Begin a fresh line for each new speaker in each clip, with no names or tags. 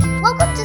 Sister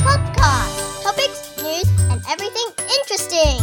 podcast. Topics, news, and everything interesting.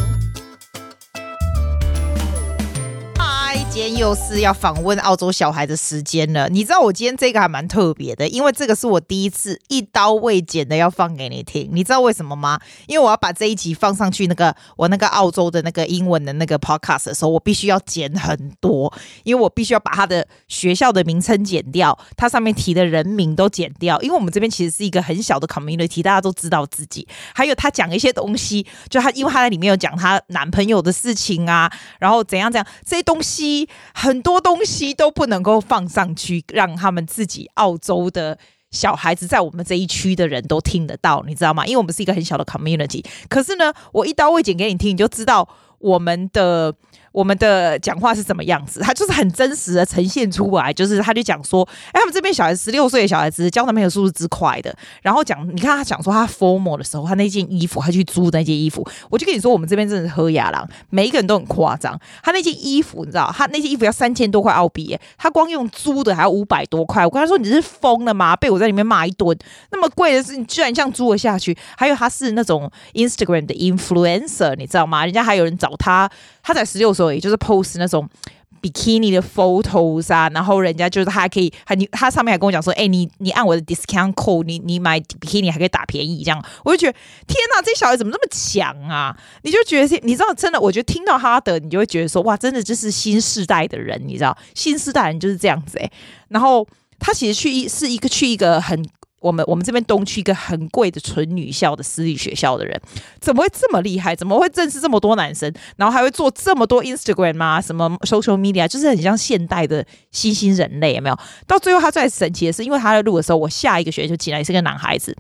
嗨，今天又是要访问澳洲小孩的时间了。你知道我今天这个还蛮特别的，因为这个是我第一次一刀未剪的要放给你听。你知道为什么吗？因为我要把这一集放上去，那个我那个澳洲的那个英文的那个 podcast 的时候，我必须要剪很多，因为我必须要把他的学校的名称剪掉，它上面提的人名都剪掉，因为我们这边其实是一个很小的 community，大家都知道自己。还有他讲一些东西，就他因为他在里面有讲他男朋友的事情啊，然后怎样怎样，这些东西很多东西都不能够放上去，让他们自己澳洲的。小孩子在我们这一区的人都听得到，你知道吗？因为我们是一个很小的 community。可是呢，我一刀未剪给你听，你就知道我们的我们的讲话是怎么样子。他就是很真实的呈现出来，就是他就讲说，哎、他们这边小孩十六岁的小孩子交男朋友速度之快的，然后讲，你看他讲说他 formal 的时候，他那件衣服，他去租那件衣服，我就跟你说，我们这边真的是喝牙郎，每一个人都很夸张。他那件衣服，你知道，他那件衣服要三千多块澳币耶，他光用租的还要五百多块。我跟他说你是疯了吗？被我在里面骂一顿，那么贵的事，你居然这样租了下去。还有他是那种 Instagram 的 influencer，你知道吗？人家还有人找他，他才十六岁而已，就是 post 那种。bikini 的 photos 啊，然后人家就是他还可以，还你他上面还跟我讲说，哎、你你按我的 discount code，你你买 bikini 还可以打便宜这样，我就觉得天哪，这小孩怎么这么强啊？你就觉得你知道，真的，我觉得听到他的，你就会觉得说，哇，真的就是新世代的人，你知道，新世代人就是这样子哎、然后他其实去一是一个去一个很。我们我们这边东区一个很贵的纯女校的私立学校的人，怎么会这么厉害？怎么会认识这么多男生？然后还会做这么多 Instagram 啊，什么 social media，就是很像现代的新兴人类，有没有？到最后他最神奇的是，因为他在录的时候，我下一个学生就进来是个男孩子。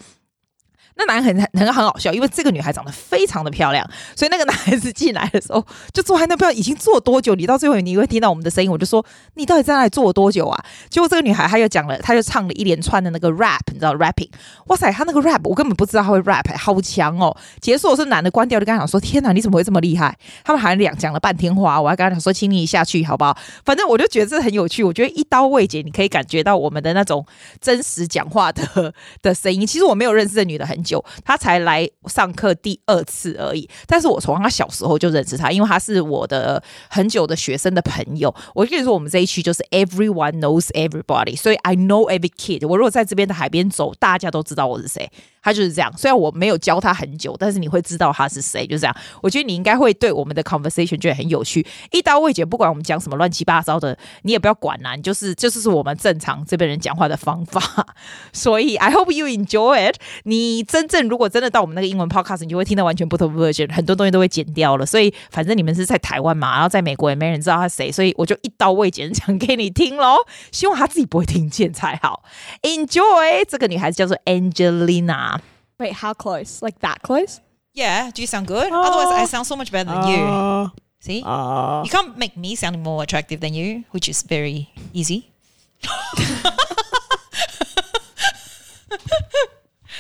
那男孩很很很好笑，因为这个女孩长得非常的漂亮，所以那个男孩子进来的时候就坐在那，不知道已经坐多久。你到最后你会听到我们的声音，我就说你到底在那里坐了多久啊？结果这个女孩她又讲了，她就唱了一连串的那个 rap，你知道 rapping，哇塞，她那个 rap 我根本不知道她会 rap，好强哦！结束我是男的关掉，就跟他讲说天哪，你怎么会这么厉害？他们还两讲了半天话，我还跟他讲说请你下去好不好？反正我就觉得这很有趣，我觉得一刀未剪，你可以感觉到我们的那种真实讲话的的声音。其实我没有认识这女的很久，她才来上课第二次而已。但是我从她小时候就认识她，因为她是我的很久的学生的朋友。我跟你说，我们这一区就是 everyone knows everybody，所以 I know every kid。我如果在这边的海边走，大家都知道我是谁。她就是这样，虽然我没有教她很久，但是你会知道她是谁，就这样。我觉得你应该会对我们的 conversation 觉得很有趣，一刀未剪，不管我们讲什么乱七八糟的，你也不要管啦、你就是就是是我们正常这边人讲话的方法。所以 I hope you enjoy it。你真正如果真的到我们那个英文 podcast，你就会听到完全不同 version，很多东西都会剪掉了。所以反正你们是在台湾嘛，然后在美国也没人知道他是谁，所以我就一刀未剪讲给你听喽。希望他自己不会听见才好。Enjoy，这个女孩子叫做 Angelina。
Wait, how close? Like that close?
Yeah, do you sound good? Otherwise, I sound so much better than you.
Uh,
See,
uh,
you can't make me sound more attractive than you, which is very easy.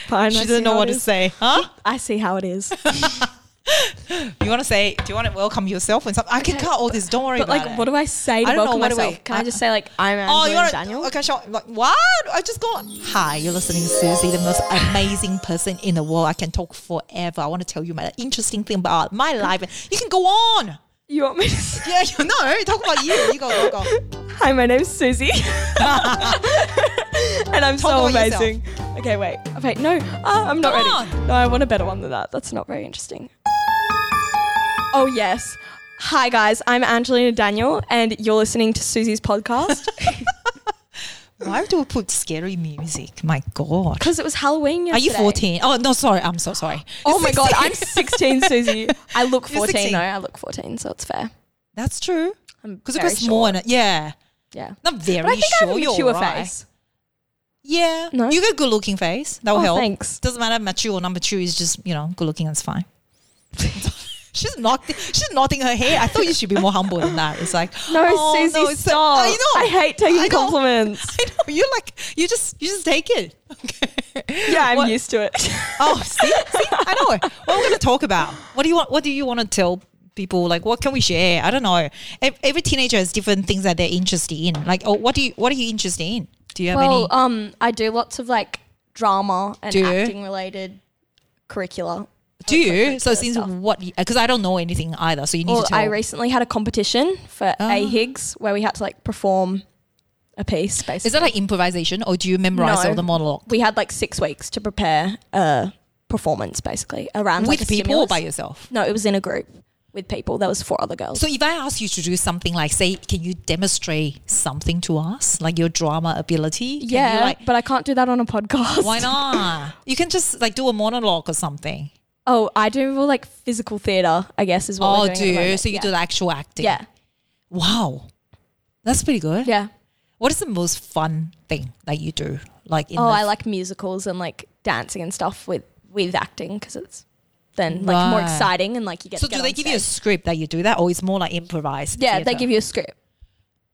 fine. I
She
see
doesn't know
how
what
it
to
is.
say, huh?
I see how it is.
You want to say? Do you want to welcome yourself and something? I can cut all this. Don't worry
but
about
like,
it.
what do I say to
I don't know,
welcome
what do we-
myself? Can I,
I-
just say like I'm Angelina
Oh, you want
Daniel?
to? Okay, sure. Like what? I just got. Hi, you're listening to Susie, the most amazing person in the world. I can talk forever. I want to tell you my interesting thing about my life. You can go on.
You want me to say
Yeah, you know, talk about you. You go, go, go.
Hi, my name's Susie. and I'm so
Talk about yourself.
amazing. Okay, wait. Okay, no, uh, I'm not
Come
ready.
on.
No, I want a better one than that. That's not very interesting. Oh, yes. Hi, guys. I'm Angelina Daniel, and you're listening to Susie's podcast
Why do we put scary music? My God.
because it was Halloween
Are
yesterday.
you 14? Oh, no, sorry. I'm so sorry.
Oh my god, I'm
16.
16, Susie. I look
You're
14
16.
though. I look 14, so it's fair.
That's true.
I'm
Because
very
you've got small in
short.
it. Yeah.
Yeah.
Not very
But I think I
sure
have a
you're
mature
right.
face.
Yeah.
No?
You got good looking face. That will
Oh,
help.
thanks.
Doesn't matter mature or not mature. It's just you know good looking. It's fine. she's not. She's nodding her head. I thought you should be more humble than that. It's like
No,
oh,
Susie,
it's so-
stop.
I know.
I hate taking
I know.
compliments.
I know. You're like you just you just take it. Okay.
Yeah, I'm
What-
used to it.
Oh, see, see, I know. What we're going to talk about? What do you want? What do you want to tell people? Like, what can we share? I don't know. Ev- Every teenager has different things that they're interested in. Like, oh, what do you what are you interested in? Do you have
well,
any?
um, I do lots of like drama and
Do you?
acting related curricula.
Do you?
curricular
So since
stuff.
what? Because I don't know anything either. So you need
Well,
to tell.
I recently had a competition for A Higgs where we had to like perform a piece basically.
Is that like improvisation, or do you memorize
No.
all the monologue
we had like six weeks to prepare a performance basically around like,
with
a
people or
stimulus.
by yourself?
no it was in a group with people there was four other girls
So if I ask you to do something like, say, can you demonstrate something to us, like your drama ability? Can you,
yeah
like-
but i can't do that on a podcast
why not? You can just like do a monologue or something.
oh i do more like physical theater i guess is what
Oh,
we're doing at the
do you?
moment.
so you
yeah.
do the actual acting.
yeah
Wow, that's pretty good.
yeah
What is the most fun thing that you do? Like in
oh
the
i like musicals and like dancing and stuff with with acting because it's then like more
Right.
exciting and like you get
So
to get
do they
on
give you a
stage.
script that you do that, or it's more like improvised?
yeah they
theatre?
give you a script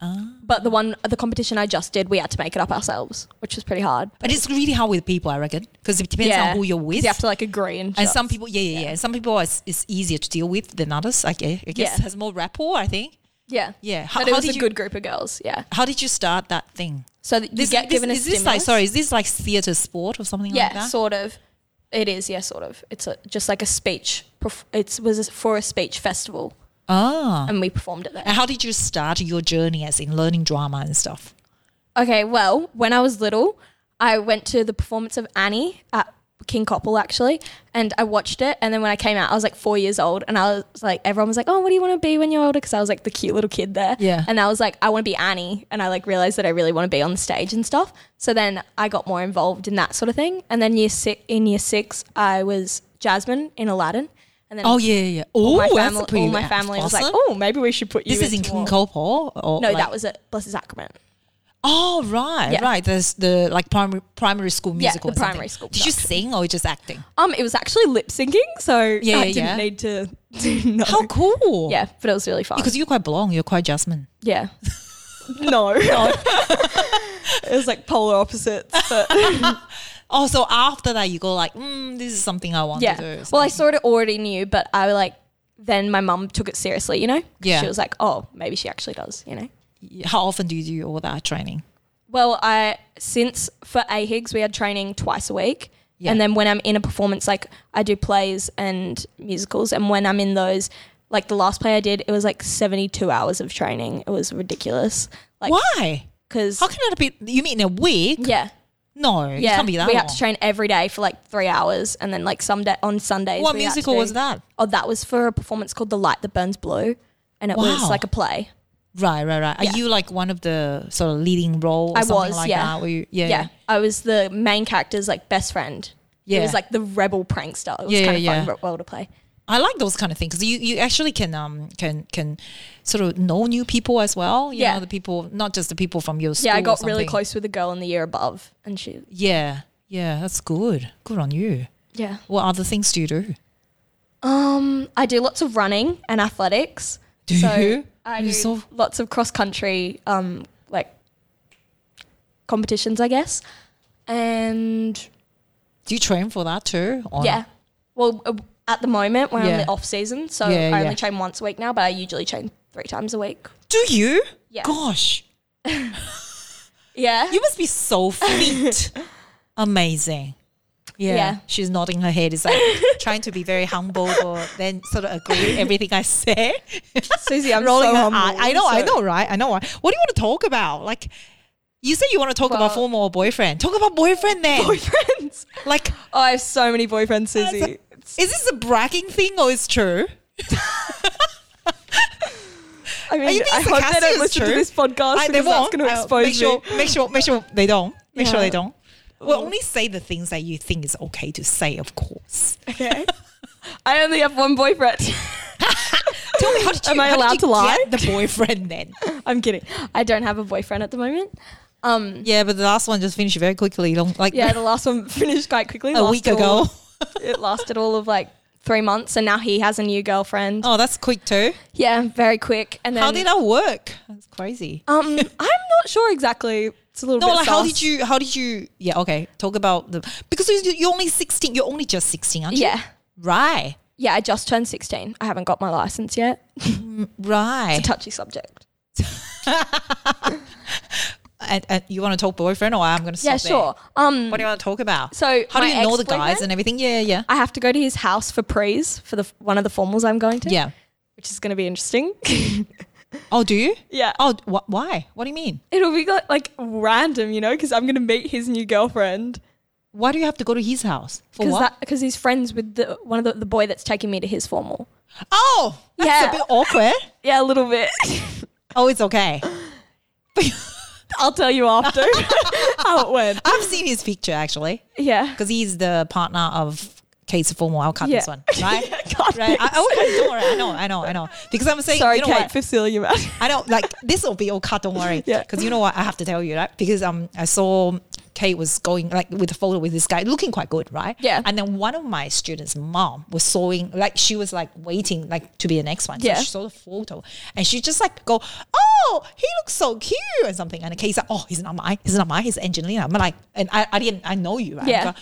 Ah.
but the one the competition i just did we had to make it up ourselves which was pretty hard
But it's really hard with people, I reckon, because it depends on who you're
'cause
with.
you have to like agree and,
and
stuff.
some people, yeah, yeah, yeah. Some people it's, it's easier to deal with than others. I guess, I guess
Yeah.
has more rapport. I think.
yeah
Yeah. How,
But it
how
was a
did you?
good group of girls yeah
How did you start that thing?
so that you
This,
get
this-
given a
is this
stimulus.
like sorry? Is this like theatre sport or something
yeah
like that?
sort of it is yeah sort of it's a, just like a speech perf- it was for a speech festival
ah.
and we performed it there
And how did you start your journey as in learning drama and stuff?
Okay, well, when I was little, I went to the performance of Annie at King Koppel actually, and I watched it. And then when I came out, I was like four years old, and I was like, everyone was like, "Oh, what do you want to be when you're older?" Because I was like the cute little kid there.
Yeah.
And I was like, I want to be Annie, and I like realized that I really want to be on the stage and stuff. So then I got more involved in that sort of thing. And then year six, in year six, I was Jasmine in Aladdin, and then
Oh yeah, yeah. Oh,
all my
that's
family,
pretty
all my
that's
family was like,
awesome.
"Oh, maybe we should put you."
this is in
into
King
more-"
Kopo or
No,
like-
that was at Blessed Sacrament.
Oh right,
Yeah.
right. There's the like primary primary school
Yeah,
musical.
the
or something.
primary school
Did you sing or just acting?
Um, it was actually lip syncing, so
Yeah, yeah,
I didn't
yeah.
need to. no.
How cool!
Yeah, but it was really fun.
because you're quite blonde. You're quite Jasmine.
yeah. no. it was like polar opposites. But
Oh, so after that, you go like, mm, this is something I want
yeah.
to do. or
Well, I
something.
sort of already knew, but I like then my mum took it seriously. You know. 'Cause
Yeah.
She was like, "Oh, maybe she actually does." You know.
how often do you do all that training?
Well, I since for A Higgs we had training twice a week.
Yeah.
And then when I'm in a performance, like I do plays and musicals, and when I'm in those, like the last play I did, it was like 72 hours of training. It was ridiculous. Like,
Why?
Because,
How can that be? You mean in a week?
yeah,
No, it
yeah.
can't be that.
we
long.
had to train every day for like three hours, and then like some day on Sundays.
What
we had to
musical
do-
was that?
Oh, that was for a performance called The Light That Burns Blue, and it was
Wow.
like a play.
Right, right, right.
Yeah.
Are you like one of the sort of leading role? Or
I
something
was,
like
yeah.
That, where you, yeah,
yeah. I was the main character's like best friend. Yeah.
Yeah.
It was like the rebel prankster. It was
Yeah,
kind of
yeah.
fun role to play.
I like those kind of things. You you actually can um can can sort of know new people as well. You
Yeah.
know, the people, not just the people from your school.
Yeah, I
or
got really
something.
close with a girl in the year above and she
Yeah, yeah, that's good. Good on you.
yeah.
What other things do you do?
Um I do lots of running and athletics.
Do you?
I
You
do
so-
lots of cross country um like competitions, I guess. And
Do you train for that too? Or
yeah. Well, uh, at the moment we're in
Yeah.
the off season, so
Yeah,
I only
yeah.
train once a week now, but I usually train three times a week.
Do you?
Yeah.
Gosh,
Yeah.
you must be so fit. Amazing. Yeah.
Yeah.
She's nodding her head. It's like trying to be very humble, but then sort of agree with everything I say.
Susie, I'm
rolling
so
her
humble,
eye. I know, I
so-
know, right? I know. Right? What do you want to talk about? Like, you say you want to talk about
Well-
former or boyfriend. Talk about boyfriend then.
boyfriends.
Like,
Oh, I have so many boyfriends, Susie.
is this a bragging thing or is true?
I mean,
Are you being
I hope they
sarcastic?
don't
It's
listen to
true.
this podcast
I, they
because that's
won't.
going to
I'll
expose
make sure,
me.
Make sure, make sure they don't. Make sure
Yeah.
they don't. Well, only say the things that you think is okay to say, of course.
Okay. I only have one boyfriend.
Tell me, how did you,
Am I
how did
allowed
you
to lie?
get the boyfriend then?
I'm kidding. I don't have a boyfriend at the moment. Um,
yeah, but the last one just finished very quickly. Don't like
yeah, the last one finished quite quickly.
a
Lasted
week
all-
ago.
it lasted all of like three months, and now he has a new girlfriend.
Oh, that's quick too.
Yeah, very quick. And then
How did that work? That's crazy.
um, I'm not sure exactly. It's a little
No,
bit.
like how
sus.
did you? How did you? Yeah, okay. Talk about the because you- you're only sixteen. You're only just sixteen, aren't you?
Yeah,
Right.
yeah. I just turned 16. I haven't got my license yet. Eh.
Right.
Touchy subject.
and, and you want to talk boyfriend or I'm going to stop
yeah,
there?
sure. Um,
What do you want to talk about?
So,
how do
my
you know the guys
ex-boyfriend?
and everything? Yeah, yeah,
I have to go to his house for prees for the one of the formals I'm going to.
yeah.
which is going to be interesting.
Oh, do you?
yeah.
Oh, wh- why? What do you mean?
It'll be like, like random, you know, because I'm going to meet his new girlfriend.
Why do you have to go to his house for what?
Because he's friends with the one of the, the boy that's taking me to his formal.
oh, that's
Yeah.
a bit awkward.
Yeah, a little bit.
Oh, it's okay.
I'll tell you after how it went.
I've seen his picture actually
Yeah.
because he's the partner of Kate's formal. I'll cut this
Yeah.
one, right?
God,
Right. I, I, okay, don't worry. I know, I know, I know. Because I'm saying,
Sorry,
you know
Kate,
what?
for stealing him out.
I don't like this will be all cut. Don't worry.
Yeah.
Because you know what I have to tell you, right? Because um, I saw Kate was going like with a photo with this guy, looking quite good, right?
Yeah.
And then one of my students' mom was sewing, like she was like waiting, like to be the next one. So
Yeah.
she saw the photo, and she just like go, oh, he looks so cute, and something. And Kate's like, oh, he's not mine. He's not mine. He's Angelina. I'm like, and I, I didn't, I know you. Right?
Yeah.
I'm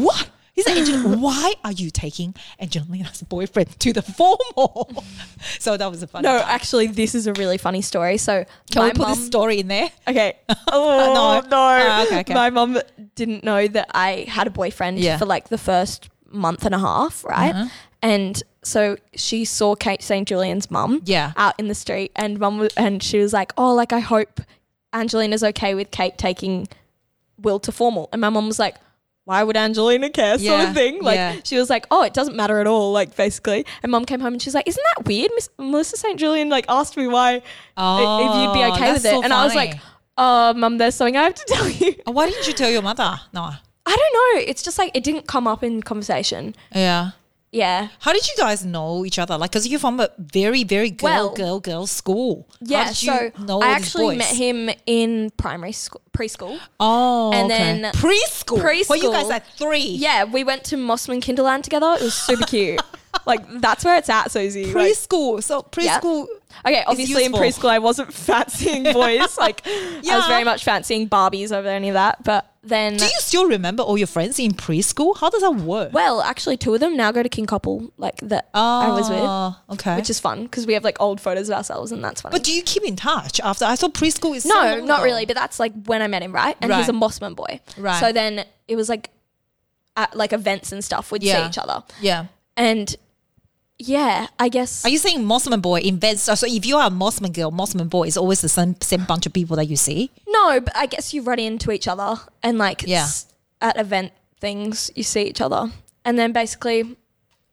going, what? He's like, Angelina, why are you taking Angelina's boyfriend to the formal? so that was a fun.
no,
time.
actually, this is a really funny story. So
Can
my
we put
mum,
this story in there?
Okay. Oh
No.
no.
Ah, okay, okay.
My mum didn't know that I had a boyfriend
Yeah. Uh-huh.
for like the first month and a half, right? And so she saw Kate St. Julian's mum
Yeah.
out in the street and mum wa- and she was like, "Oh, like I hope Angelina's okay with Kate taking Will to formal." And my mum was like, why would Angelina care? Sort
Yeah,
of thing. Like
yeah.
she was like, "Oh, it doesn't matter at all." Like basically, and Mum came home and she's like, "Isn't that weird?" Miss Melissa St. Julian like asked me why if you'd be
Oh,
okay
that's
with it.
so
and I was
funny.
like, oh, mum, there's something I have to tell you.
Oh, Why didn't you tell your mother? No.
I don't know. It's just like it didn't come up in conversation.
Yeah.
Yeah.
How did you guys know each other? Like, because you're from a very, very girl,
Well-
girl, girl school.
Yeah.
How did
so
you know all
I
these
actually
boys?
met him in primary school, preschool.
Oh,
and
okay.
then
preschool. Well, you guys
preschool-
are three.
Yeah. We went to Mossman Kinderland together. It was super cute. Like that's where it's at, Susie. Like,
Preschool. So preschool.
okay, obviously in
useful.
preschool I wasn't fancying boys. Like I
Yeah.
was very much fancying Barbies over any of that. But then,
Do you still remember all your friends in preschool? How does that work?
well, actually, two of them now go to King Koppel. Like that I was with.
Oh, Okay.
which is fun because we have like old photos of ourselves and that's funny.
but do you keep in touch after? I thought preschool is so
no,
long
not
ago.
really. But that's like when I met him, right? And he's a
Right.
Mossman boy.
Right.
So then it was like at like events and stuff, we'd
Yeah.
see each other.
Yeah.
And yeah, I guess.
Are you saying Mossman boy invents? So if you are a Mossman girl, Mossman boy is always the same same bunch of people that you see.
no, but I guess you run into each other and like
Yeah.
s- at event things, you see each other. And then basically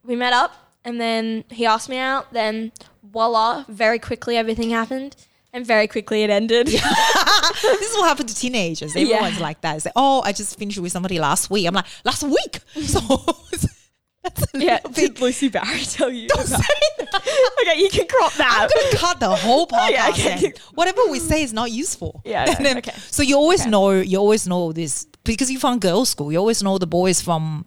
we met up and then he asked me out. Then voila, very quickly everything happened and very quickly it ended.
this is what happened to teenagers. Everyone's like that. It's like, oh, I just finished with somebody last week. I'm like, last week. So that's a
Yeah,
little
did
bit.
Lucy Barry tell you?
Don't say that.
okay, you can crop
I'm
that.
gonna cut the whole podcast.
Yeah, okay.
then. Whatever we say is not useful.
Yeah, no,
And then-
okay.
So you always know. You always know this because you found girls' school. You always know the boys from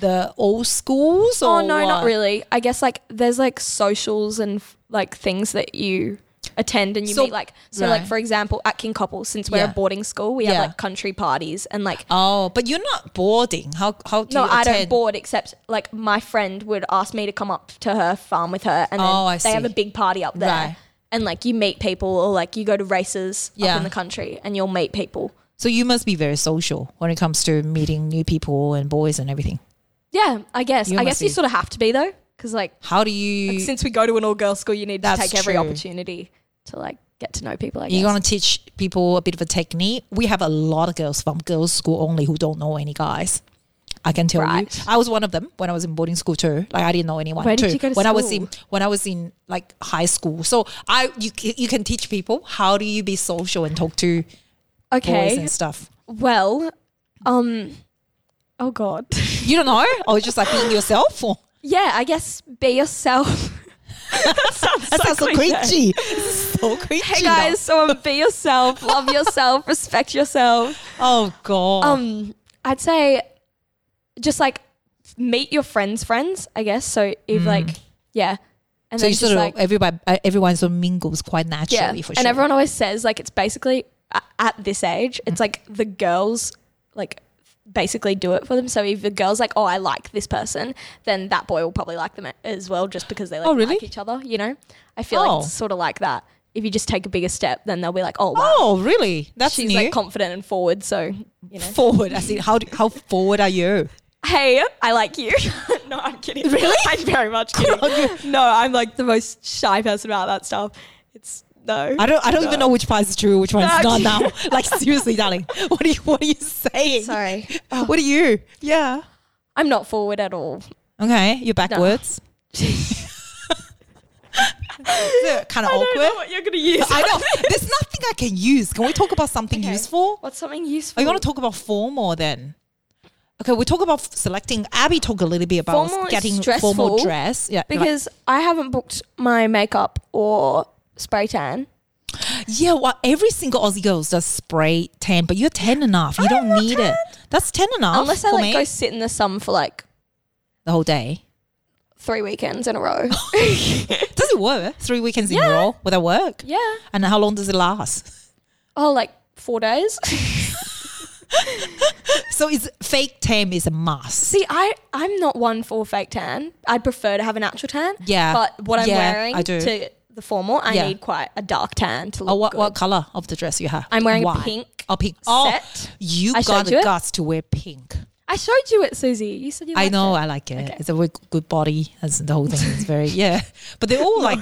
the old schools.
Oh
or
no, not
what?
really. I guess like there's like socials and like things that you attend and you
So-
meet like so
Right.
like for example at King Koppel since we're
Yeah.
a boarding school we
Yeah.
have like country parties and like
Oh, but you're not boarding. How how do
no
you
I don't
attend?
board except like my friend would ask me to come up to her farm with her and then
Oh, I
they have
see.
a big party up there
Right.
and like you meet people or like you go to races
Yeah.
up in the country and you'll meet people.
So you must be very social when it comes to meeting new people and boys and everything.
Yeah, I guess.
You
I
must
guess you
be-
sort of have to be though because like
How do you?
Like, since we go to an all-girls school, you need to
That's
take every
true.
opportunity to like get to know people. I guess.
you're gonna teach people a bit of a technique. We have a lot of girls from girls' school only who don't know any guys. I can tell
Right.
you, I was one of them when I was in boarding school too. Like I didn't know anyone
Where
too.
did you go to
when I was
school?
in when I was in like high school, so I you c- you can teach people how do you be social and talk to boys
okay.
and stuff.
Well, um, oh god.
You don't know, or just like being yourself. Or,
yeah, I guess be yourself. that sounds,
that sounds so cringy.
cliche.
so cringy.
Hey
though.
guys, so um, be yourself, love yourself, respect yourself.
Oh god.
Um, I'd say just like meet your friends' friends. I guess so. If like yeah,
Mm. so
and
you
then just
sort of
like
everybody uh, everyone sort of mingles quite naturally for sure.
And everyone always says like it's basically a- at this age,
Mm.
it's like the girls like basically do it for them. So if the girls like, oh, I like this person, then that boy will probably like them as well, just because they like,
Oh, really?
like each other. You know, I feel
Oh.
like it's sort of like that. if you just take a bigger step, then they'll be like, oh, wow.
Oh, really? That's
She's
new.
like confident and forward. So, you know,
forward. I said, how do, how forward are you?
hey, I like you. no, I'm kidding.
Really?
I'm very much kidding. No, I'm like the most shy person about that stuff. It's no.
I don't I don't
No.
even know which part is true, which one's not
No, I'm
now. Like seriously, darling, what are you what are you saying?
Sorry.
What are you? Yeah.
I'm not forward at all.
Okay, you're backwards. Is it kind of
I don't know
awkward.
what you're going to use.
I know. There's nothing I can use. Can we talk about something
Okay.
useful?
What's something useful?
Oh, you want to talk about formal then? Okay, we talk about f- selecting. Abby talked a little bit about
Formal is
getting
stressful
formal dress. Yeah, like-
because I haven't booked my makeup or spray tan.
Yeah, well, every single Aussie girl does spray tan, but you're tan enough. You don't need it. That's tan enough.
Unless I
for
like
me,
go sit in the sun for like
the whole day.
three weekends in a row.
Does it work? Three weekends in a row. Will that work?
yeah.
And how long does it last?
Oh, like four days.
So it's fake tan is a must.
See, I I'm not one for fake tan. I'd prefer to have an actual tan.
Yeah.
But what I'm
Yeah,
wearing
I do.
to the formal, I
Yeah.
need quite a dark tan to look
Oh, what,
good.
what color of the dress you have?
I'm wearing a
Why?
pink
Oh, pink.
set.
Oh, you
I
got
showed
the
you it.
guts to wear pink.
I showed you it, Susie. You said you.
I
liked
know,
It.
I like it.
Okay.
It's a very good body. That's the whole thing. It's very yeah. But they're all like,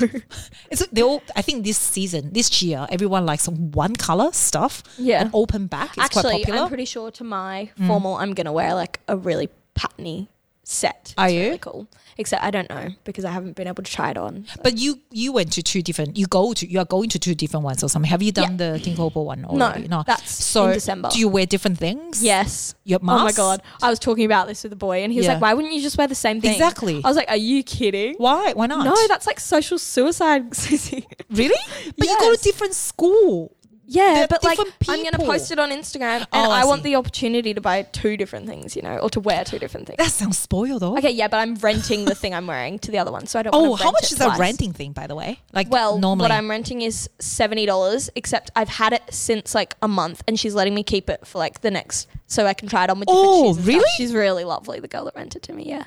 it's they all. I think this season, this year, everyone likes one color stuff.
Yeah.
and open back is quite
Actually,
popular.
I'm pretty sure to my formal, I'm gonna wear like a really patterny set. It's
Are you?
Really cool. Except I don't know because I haven't been able to try it on.
but you you went to two different. You go to you are going to two different ones or something. Have you done the Tinkobo one already?
that's
so.
in December.
Do you wear different things?
Yes.
Your
Oh my
mask?
god. I was talking about this with a boy and he was
Yeah.
like, Why wouldn't you just wear the same thing?
Exactly.
I was like, Are you kidding?
Why? Why not?
No, that's like social suicide, Susie.
really. But you go to
Yes.
different school.
yeah,
They're
but like
different
I'm gonna
people.
post it on Instagram and
Oh, I
I, want
see.
the opportunity to buy two different things, you know, or to wear two different things.
That sounds spoiled, though.
Okay, yeah, but I'm renting the thing I'm wearing to the other one, so I don't.
Oh,
wanna
how
rent
much
it
is
twice.
a renting thing, by the way? Like,
Well,
normally,
what I'm renting is seventy dollars. Except I've had it since like a month, and she's letting me keep it for like the next, so I can try it on with. different
Oh,
shoes and stuff.
really?
She's really lovely. The girl that rented to me, yeah.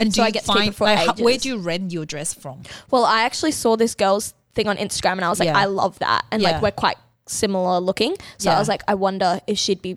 And do
So I
you
get to keep it
find
for
like, how- where
ages.
do you rent your dress from?
Well, I actually saw this girl's thing on Instagram, and I was like,
Yeah.
I love that, and
Yeah.
like we're quite similar looking. So
Yeah.
I was like, I wonder if she'd be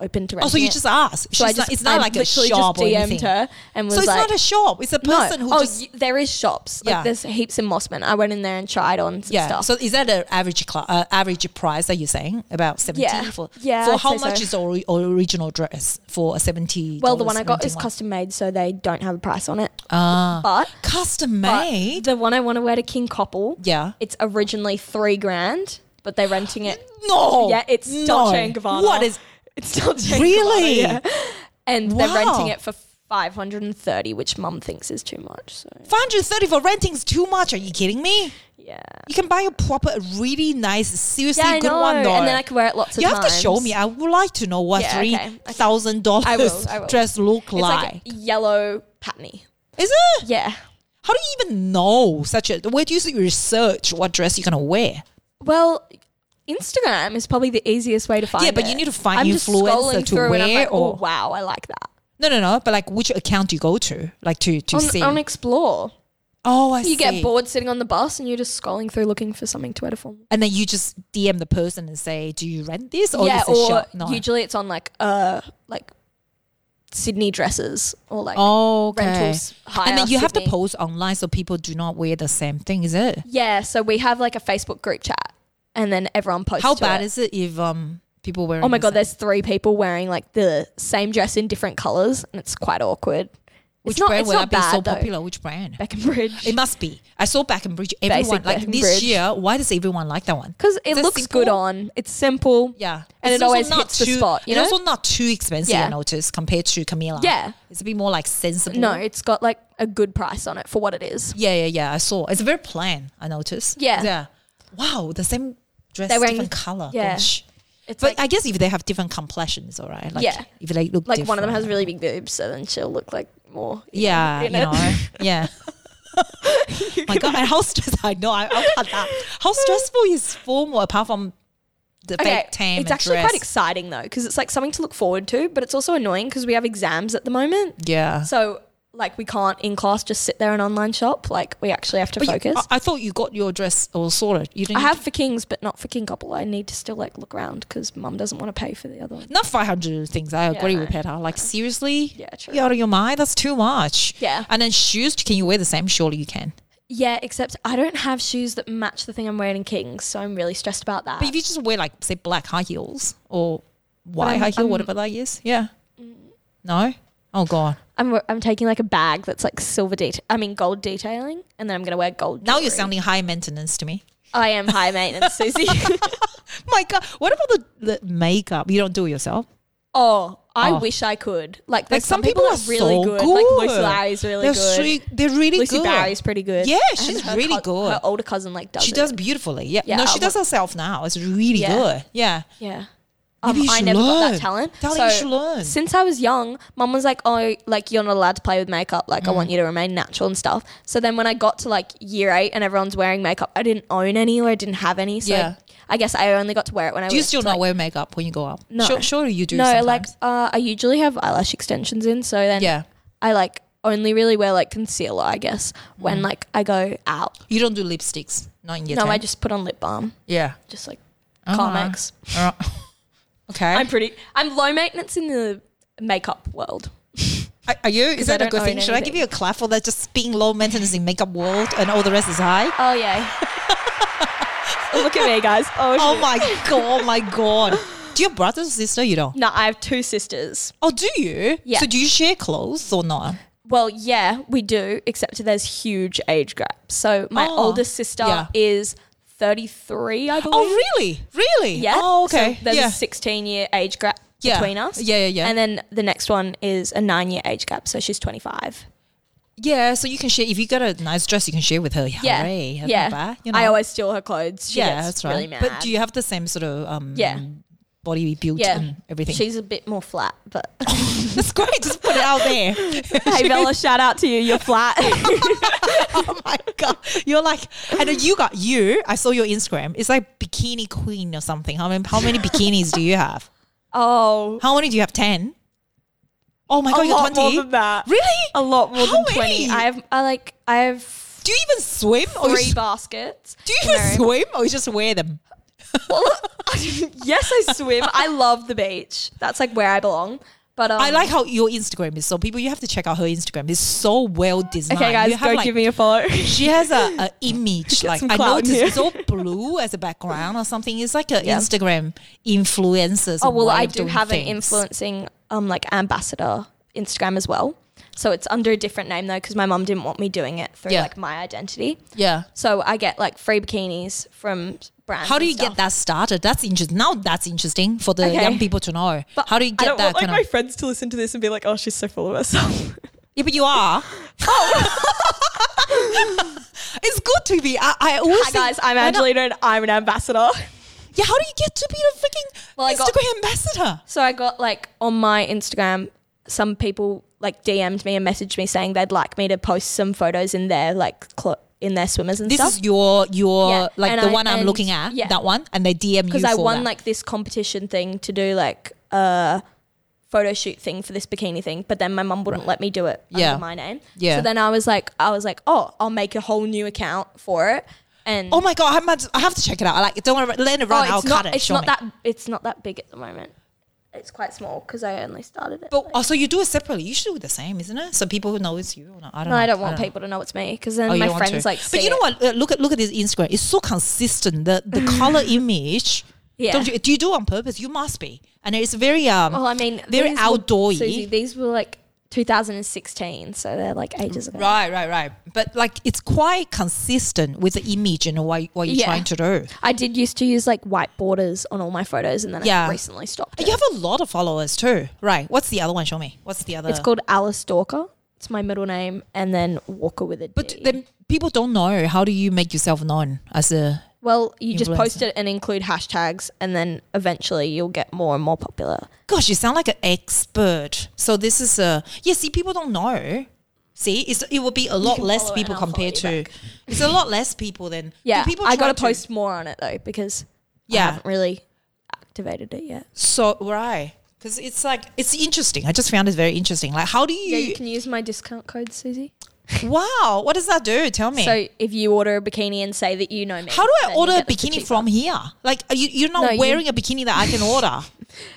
open to renting.
Oh, so you
it.
just ask.
So I
She's
just,
not, it's not
I
like a
literally
shop
just
or
DM'd
anything.
her and was
so it's
like,
not a shop. It's a person who
oh,
just
y- there is shops.
Yeah.
Like there's heaps in Mossman. I went in there and tried on some
yeah.
stuff.
So is that an average cl- uh, average price that you're saying about seventy
Yeah.
for?
Yeah,
For
I'd
how
say
much
so.
is ori- original dress for a seventy?
well, the one I got is
renting one?
custom made, so they don't have a price on it.
Ah.
But,
custom
but
made.
the one I want to wear to King Koppel,
yeah.
it's originally three grand, but they're renting it.
No.
yeah, it's
no.
Dolce and Gabbana.
What is?
It's Dolce and
Really?
Gabbana, yeah. And they're renting
Wow.
it for 530 which mum thinks is too much. So,
Five hundred thirty for renting is too much. Are you kidding me?
yeah.
You can buy a proper, really nice, seriously
Yeah, I
good
know.
one though.
And then I can wear it lots of
You
times.
have to show me. I would like to know what
Yeah,
three
okay, okay.
thousand
I will,
dollars
I will.
dress look
It's
like.
like a yellow patiny.
Is it?
Yeah.
How do you even know such a? Where do you research what dress you're gonna wear?
Well, Instagram is probably the easiest way to find.
Yeah, but you
it.
need to find
I'm just
influencer
scrolling
to
through and I'm
wear
like,
or-
oh wow, I like that.
No, no, no. But like, which account do you go to? Like to to see?
On, on Explore,
oh, I see.
you get bored sitting on the bus and you're just scrolling through looking for something to wear to formal.
and then you just DM the person and say, "Do you rent this?" Or
yeah,
is it
or
Oh, shop? No.
usually it's on like uh like Sydney dresses or like
oh, okay.
rentals. Hire
And then you have to
Sydney.
post online so people do not wear the same thing. Is it?
Yeah, so we have like a Facebook group chat, and then everyone posts.
How
to
bad
it.
is it if um people wearing?
Oh my god,
the
there's three people wering like the same dress in different colors, and it's quite awkward.
Which
it's not,
brand
it's
will that
not
be
bad,
so
though.
popular? Which brand?
Beckenbridge.
It must be. I saw Back and Bridge. Everyone
Basic
like
Back and
this
Bridge.
year. Why does everyone like that one?
Because it
Is it
looks good
simple?
on. It's simple.
Yeah,
And
It's
it
also
always hits the
too-
spot, you know?
It's also not too expensive.
Yeah.
I noticed compared to Camila.
Yeah.
it's a bit more like sensible.
No, it's got like a good price on it for what it is.
Yeah, yeah, yeah. I saw. It's very plain. I noticed.
Yeah.
Yeah. Wow, the same dress,
They're wearing-
different color.
yeah.
Gosh.
It's
But
like,
I guess if they have different complexions, all right. Like,
Yeah.
If they look
like one of them
different.
has really big boobs, so then she'll look like more.
Yeah, you
in it.
know. Yeah. My God, and how stressful! I know. I, I'll cut that. How stressful is formal apart from the
Okay,
fake tan
it's
and
actually
dress?
quite exciting though, because it's like something to look forward to, but it's also annoying because we have exams at the moment.
yeah.
So like we can't in class just sit there and online shop. Like we actually have to
But you,
focus.
I, I thought you got your dress all sorted. You didn't.
I have for Kings, but not for King Couple. I need to still like look around because Mum doesn't want to pay for the other one.
not 500 things. I
Yeah,
agree
no.
with Peter. Like, seriously?
Yeah, true.
You're out of your mind? That's too much.
Yeah.
And then shoes, can you wear the same? Surely you can.
Yeah, except I don't have shoes that match the thing I'm wearing in Kings, so I'm really stressed about that.
But if you just wear, like, say, black high heels or white
I'm-
high heel,
I'm- Mm.
whatever that is. Yeah. No? Oh, God.
I'm, I'm taking like a bag that's like silver detail. I mean gold detailing, and then I'm gonna wear gold.
Now you're
jewelry.
sounding high maintenance to me.
I am high maintenance, Susie.
My God. What about the, the makeup? You don't do it yourself?
oh, I
Oh.
wish I could. Like,
Like
there's some, people, are really
so
good.
good.
Like Lucy Larry's really
they're
good.
sweet- they're really
Lucy
good.
Barry's pretty good.
Yeah,
And
she's
her
really good.
Her older cousin like does.
she
it.
does beautifully. Yeah.
Yeah,
no,
I
she does
wa-
herself now. It's really
Yeah.
good. Yeah.
Yeah. Um,
Maybe you
I
should
never got that
learn.
talent.
Darling, you should learn.
Since I was young, mum was like, "Oh, like you're not allowed to play with makeup. Like I
Mm.
want you to remain natural and stuff." So then when I got to like year eight and everyone's wearing makeup, I didn't own any or I didn't have any. So
Yeah.
I guess I only got to wear it when I
Do you
went
still
to,
not
like-
wear makeup when you go out?
No.
Sure, sure you do.
No,
sometimes.
like uh, I usually have eyelash extensions in, so then
Yeah.
I like only really wear like concealer, I guess, when like I go out.
You don't do lipsticks. Not in Mm. your
no,
time.
I just put on lip balm,
Yeah.
just like
Uh-huh.
Carmex.
All right. okay.
I'm pretty. I'm low maintenance in the makeup world.
are, are you? Is that
I
a
don't
good
own
thing? Should I give
anything.
you a clap for that? Just being low maintenance in makeup world and all the rest is high.
Oh yeah. Look at me, guys. Oh,
Oh
shit.
my god! My god. Do you have brothers or sister? You don't.
No, I have two sisters.
Oh, do you?
Yeah.
So do you share clothes or not?
Well, yeah, we do, except there's huge age gaps. So my
Oh,
oldest sister
yeah.
is 33, I believe.
Oh, really? Really?
Yeah.
Oh, okay.
So there's
yeah.
a 16 year age gap
Yeah.
between us.
Yeah, yeah, yeah.
And then the next one is a nine year age gap. So she's 25.
yeah. So you can share if you got a nice dress, you can share with her.
Yeah.
Hooray, that's not
yeah.
bad,
I always steal her clothes. She
yeah,
gets
that's right.
really mad.
But do you have the same sort of um,
Yeah.
body build
Yeah.
and everything?
She's a bit more flat, but
That's great. Just put it out there.
hey, Bella, shout out to you. You're flat.
oh my god, you're like, and then you got you. I saw your Instagram. It's like bikini queen or something. How many? How many bikinis do you have?
oh,
How many do you have? Ten. Oh my god,
a
you got
lot more
twenty.
than that.
Really?
A lot more
How
than 20.
many?
I have, I like, I have
do you even swim? Or you
three
s-
baskets.
do you even
No.
swim or you just wear them?
Well, yes, I swim. I love the beach. That's like where I belong. But um,
I like how your Instagram is so people. You have to check out her Instagram. It's so well designed.
Okay,
you
guys,
have
go
like-
give me a follow.
She has a, a image like
some
I
clout
noticed
here.
it's all blue as a background or something. It's like an
Yeah.
Instagram influencers.
oh well, I do have an influencing um like ambassador Instagram as well. So it's under a different name though, because my mum didn't want me doing it through
Yeah.
like my identity.
Yeah.
So I get like free bikinis from brands.
How do
and
you
stuff.
get that started? That's interesting. Now that's interesting for the
Okay.
young people to know.
But
How do you
I
get
don't
that
want, like
kind
my
of?
friends to listen to this and be like, "Oh, she's so full of herself."
Yeah, but you are.
Oh.
it's good to be. I, I always
Hi guys,
think-
I'm
why not-
Angelina and I'm an ambassador.
Yeah, how do you get to be a freaking
Well, I
Instagram
got-
ambassador?
So I got like on my Instagram, some people like DM'd me and messaged me saying they'd like me to post some photos in their like clo- in their swimmers and
This
stuff.
is your your
Yeah,
like
and
the
I-
one I'm
and-
looking at.
yeah.
That one, and they DM you
because I
for
won
that.
like this competition thing to do like a photo shoot thing for this bikini thing, but then my mum wouldn't let me do it
Yeah.
under my name.
Yeah.
So then I was like, I was like, oh, I'll make a whole new account for it. And
Oh my god, I have to, I have to check it out. I Like, don't want to let it run.
Oh, it's
I'll
not,
cut it.
It's
show
not
me.
that it's not that big at the moment. It's quite small because I only started it.
But
like-
oh, so you do it separately. You should do the same, isn't it? So people who know it's you. Or not. I don't.
no,
know.
I don't want
know.
people to know it's me because then
Oh, you
my
don't want
friends
to.
like.
But
see
you know
it.
what? Uh, Look at look at this Instagram. It's so consistent. The the color image.
Yeah. Oh,
Don't you, do you do it on purpose? You must be. And it's very um.
Well, I mean,
very
these were-
outdoorsy.
Susie, these were like 2016, so they're like ages ago.
Right, right, right. But like, it's quite consistent with the image and what what you're
Yeah.
trying to do.
I did used to use like white borders on all my photos, and then
Yeah.
I recently stopped.
You
it.
have a lot of followers too, right? What's the other one? Show me. What's the other?
It's called Alice Stalker. It's my middle name, and then Walker with a D.
But then people don't know. How do you make yourself known as a
well, you just
Influencer.
post it and include hashtags, and then eventually you'll get more and more popular.
Gosh, you sound like an expert. So this is a yeah. See, people don't know. See, it's, it will be a lot
can
less
follow it
people
and I'll
compared
follow you
to. It's a lot less people than.
Yeah,
Do people
I got
try
to post more on it though because I
Yeah.
haven't really activated it yet.
So right. Because it's like it's interesting. I just found it very interesting. Like, how do
Yeah, you
you?
can use my discount code, Susie.
wow, what does that do? Tell me.
So if you order a bikini and say that you know me,
how do
then
I
you
order a
get it for
bikini
cheaper.
from here? Like, are you you're
No,
not
you-
wearing a bikini that I can order.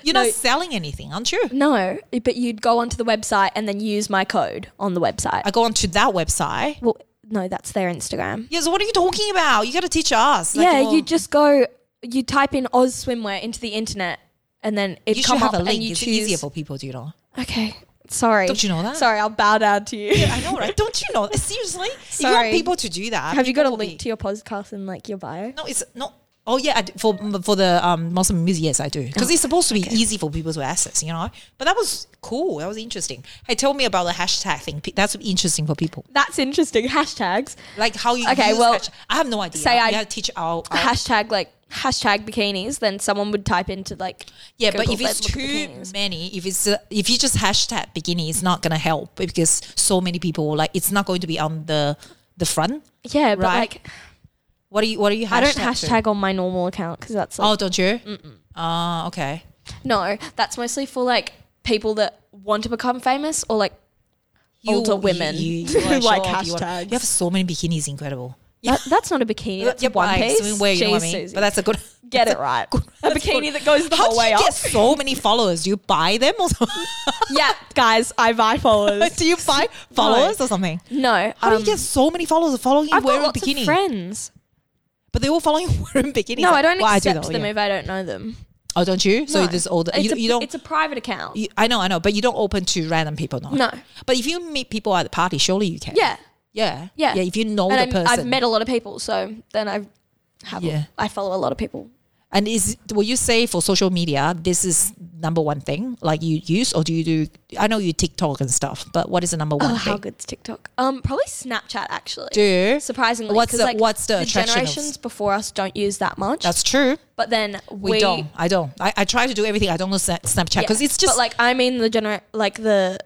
You're
No.
not selling anything, aren't you?
No, but you'd go onto the website and then use my code on the website.
I go onto that website.
well, no, that's their Instagram.
Yeah, so what are you talking about? You got to teach us. Like,
yeah,
well,
you just go, you type in Oz swimwear into the internet, and then it
you should
come
have
up
a link.
and you
it's
choose.
easier for people, do you know?
okay, sorry.
Don't you know that?
Sorry, I'll bow down to you.
I know, right? Don't you know? Seriously, you want
Sorry.
people to do that?
Have you got a
people will
link to your podcast in like your bio?
be- No, it's not. Oh yeah, I d for for the um, Muslim music, yes, I do
Oh,
because it's supposed to be easy for people to access, you know. But that was cool. That was interesting. Hey, tell me about the hashtag thing. P- That's interesting for people.
That's interesting. Hashtags.
Like how you
Okay,
use
well,
hash- I have no idea.
say I-
you gotta teach our, our
Hashtag like hashtag bikinis. Then someone would type into like
Yeah,
Google,
but if it's
like,
too
look at bikinis.
many, if it's uh, if you just hashtag bikini, it's not gonna help because so many people like it's not going to be on the the front.
yeah, but
Right.
like
What are you What are you? Hashtag
I don't
to?
hashtag on my normal account because that's like,
Oh, don't you? Ah, okay.
No, that's mostly for like people that want to become famous or like older women who
are sure
like
you are- You,
hashtags.
have so many bikinis, incredible.
That- that's not a bikini. That's a one
like,
piece.
swimwear, you know what I
Jeez,
mean?
Susie.
But that's a good.
Get
that's
it right. A
that's
bikini
good.
that goes the
How
whole
do you
way
get
up.
so many followers? Do you buy them or something?
yeah, guys, I buy followers.
do you buy followers or something?
No,
How do
um,
you get so many followers following you
I've got
wearing
lots
bikini?
of friends.
But they all following you wearing bikinis.
No, I don't
Well,
accept
though,
them
yeah.
if I don't know them.
Oh, don't you? So
no.
this all the,
It's
you,
a,
you don't.
It's a private account.
you- I know, I know, but you don't open to random people, no.
No.
But if you meet people at the party, surely you can.
yeah,
Yeah.
yeah,
Yeah. If you know
and
the
I'm-
person.
I've met a lot of people, so then I have.
Yeah.
I follow a lot of people.
And is will you say for social media this is number one thing like you use or do you do? I know you TikTok and stuff, but what is the number one
Oh,
thing?
how good's TikTok? Um, probably Snapchat actually.
Do you?
surprisingly,
What's
'cause,
the-
like,
what's the attraction of-
generations before us don't use that much.
That's true.
but then
We,
we,
don't. I don't. I, I try to do everything. I don't know Sna- Snapchat
yeah.
because it's just
but like I mean the gener like the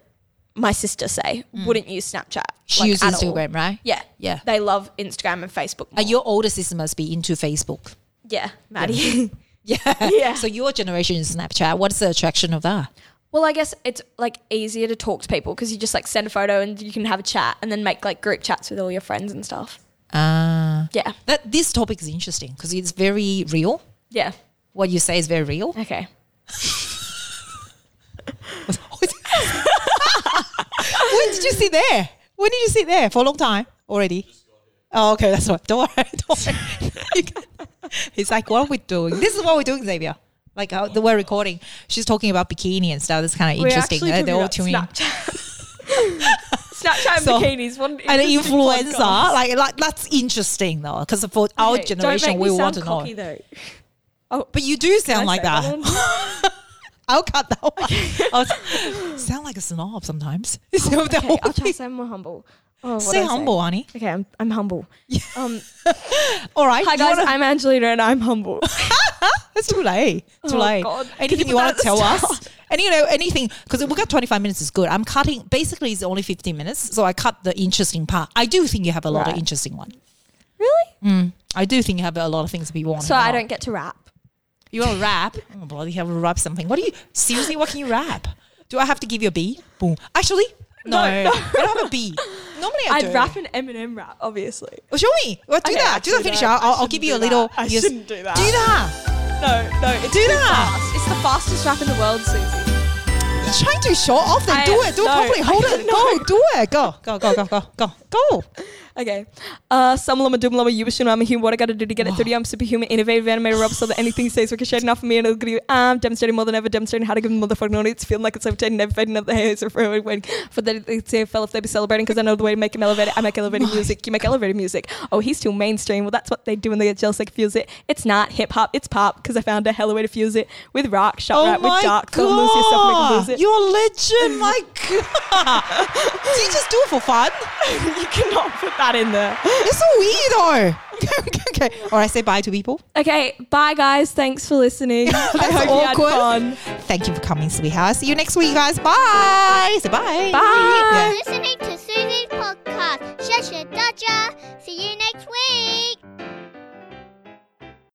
my sister say wouldn't use Snapchat.
Mm. she
like,
uses
at all.
Instagram, right?
Yeah,
Yeah.
They love Instagram and Facebook. More.
And your older sister must be into Facebook.
yeah, Maddie.
Yeah.
Yeah.
So your generation is Snapchat. What's the attraction of that?
well, I guess it's like easier to talk to people because you just like send a photo and you can have a chat and then make like group chats with all your friends and stuff.
Uh,
Yeah,
that this topic is interesting because it's very real.
yeah.
What you say is very real.
Okay.
when did you sit there? When did you sit there for a long time already? Oh, okay, that's right. Don't worry. Don't worry. You can- it's like what are we doing? This is what we're doing, Xavier. Like how, the, we're recording. She's talking about bikini and stuff. That's kind of interesting. Uh, they're all tuning. in.
Snapchat. Snapchat and
So-
bikinis. What an
And an
interesting
influencer,
podcast.
like, like that's interesting though, because for our
Okay, don't
generation,
make
we
me
want to
sound
know.
cocky, Though.
But you do sound
I
like
say
that.
that
I'll cut that one. I was- sound like a snob sometimes. So that
Oh, Okay, I'll
would
try
be-
to sound more humble. Oh, what'd
Stay
I
humble, honey.
Okay, I'm, I'm humble. Um,
All right.
hi
you
guys,
wanna-
I'm Angelina and I'm humble.
It's too late. Too
Oh,
late.
God. Can
Anything
you
you
put
want to
that
tell
at the
us?
start?
And you know, anything, because we got 25 minutes is good. I'm cutting, basically, it's only 15 minutes. So I cut the interesting part. I do think you have a lot of
Right.
interesting one.
really?
I do think you have a lot of things that people want
So I don't get to rap.
You want to rap? Oh, bloody hell, rap something. What do you, seriously, what can you rap? Do I have to give you a B? Boom. Actually, no. I don't have a B. Normally I do.
I'd rap an Eminem rap, obviously.
Well, show me. Well, do
Okay,
that. Do that.
actually,
Finish.
no,
I'll, I'll,
I
I'll give you a
shouldn't do
little.
that. I
yes.
shouldn't do that.
Do that.
No, no, it's
Do
too
that.
fast. It's the fastest rap in the world, Susie.
You're trying to show off. Then
I-
do it. Do
no,
it properly. Hold
I
it. Go. Do it. Go. Go. Go. Go. Go. Go. Go.
Okay. Uh, some lama doom lama you wish I'm a human. What I gotta do to get it 30. I'm superhuman, innovative, animated, rub so that anything stays ricocheted off of me and it'll give you. I'm demonstrating more than ever, demonstrating how to give them motherfucking audience. Feeling like it's overtaken, never fading, another hair is forever waiting for the it's a fell if they be celebrating because I know the way to make them elevated. I make elevated music. You make elevated music. Oh, he's too mainstream. Well, that's what they do when they get jealous. They confuse it. It's not hip hop, it's pop because I found a hell of a way to fuse it with rock, shot
Oh
rap,
my
with dark.
god!
Don't lose yourself, make 'em lose it.
You're legend. My god. Did you just do it for fun?
you cannot put that in there.
It's so weird, though. okay. okay, okay. All right. Say bye to people.
Okay, bye guys. Thanks for listening. I
That's
hope you
awkward.
had fun.
Thank you for coming, sweetheart. See you next week, guys. Bye. Say bye.
Bye.
Yeah.
Listening to Susie's podcast. Shasha Dodger. See you next week.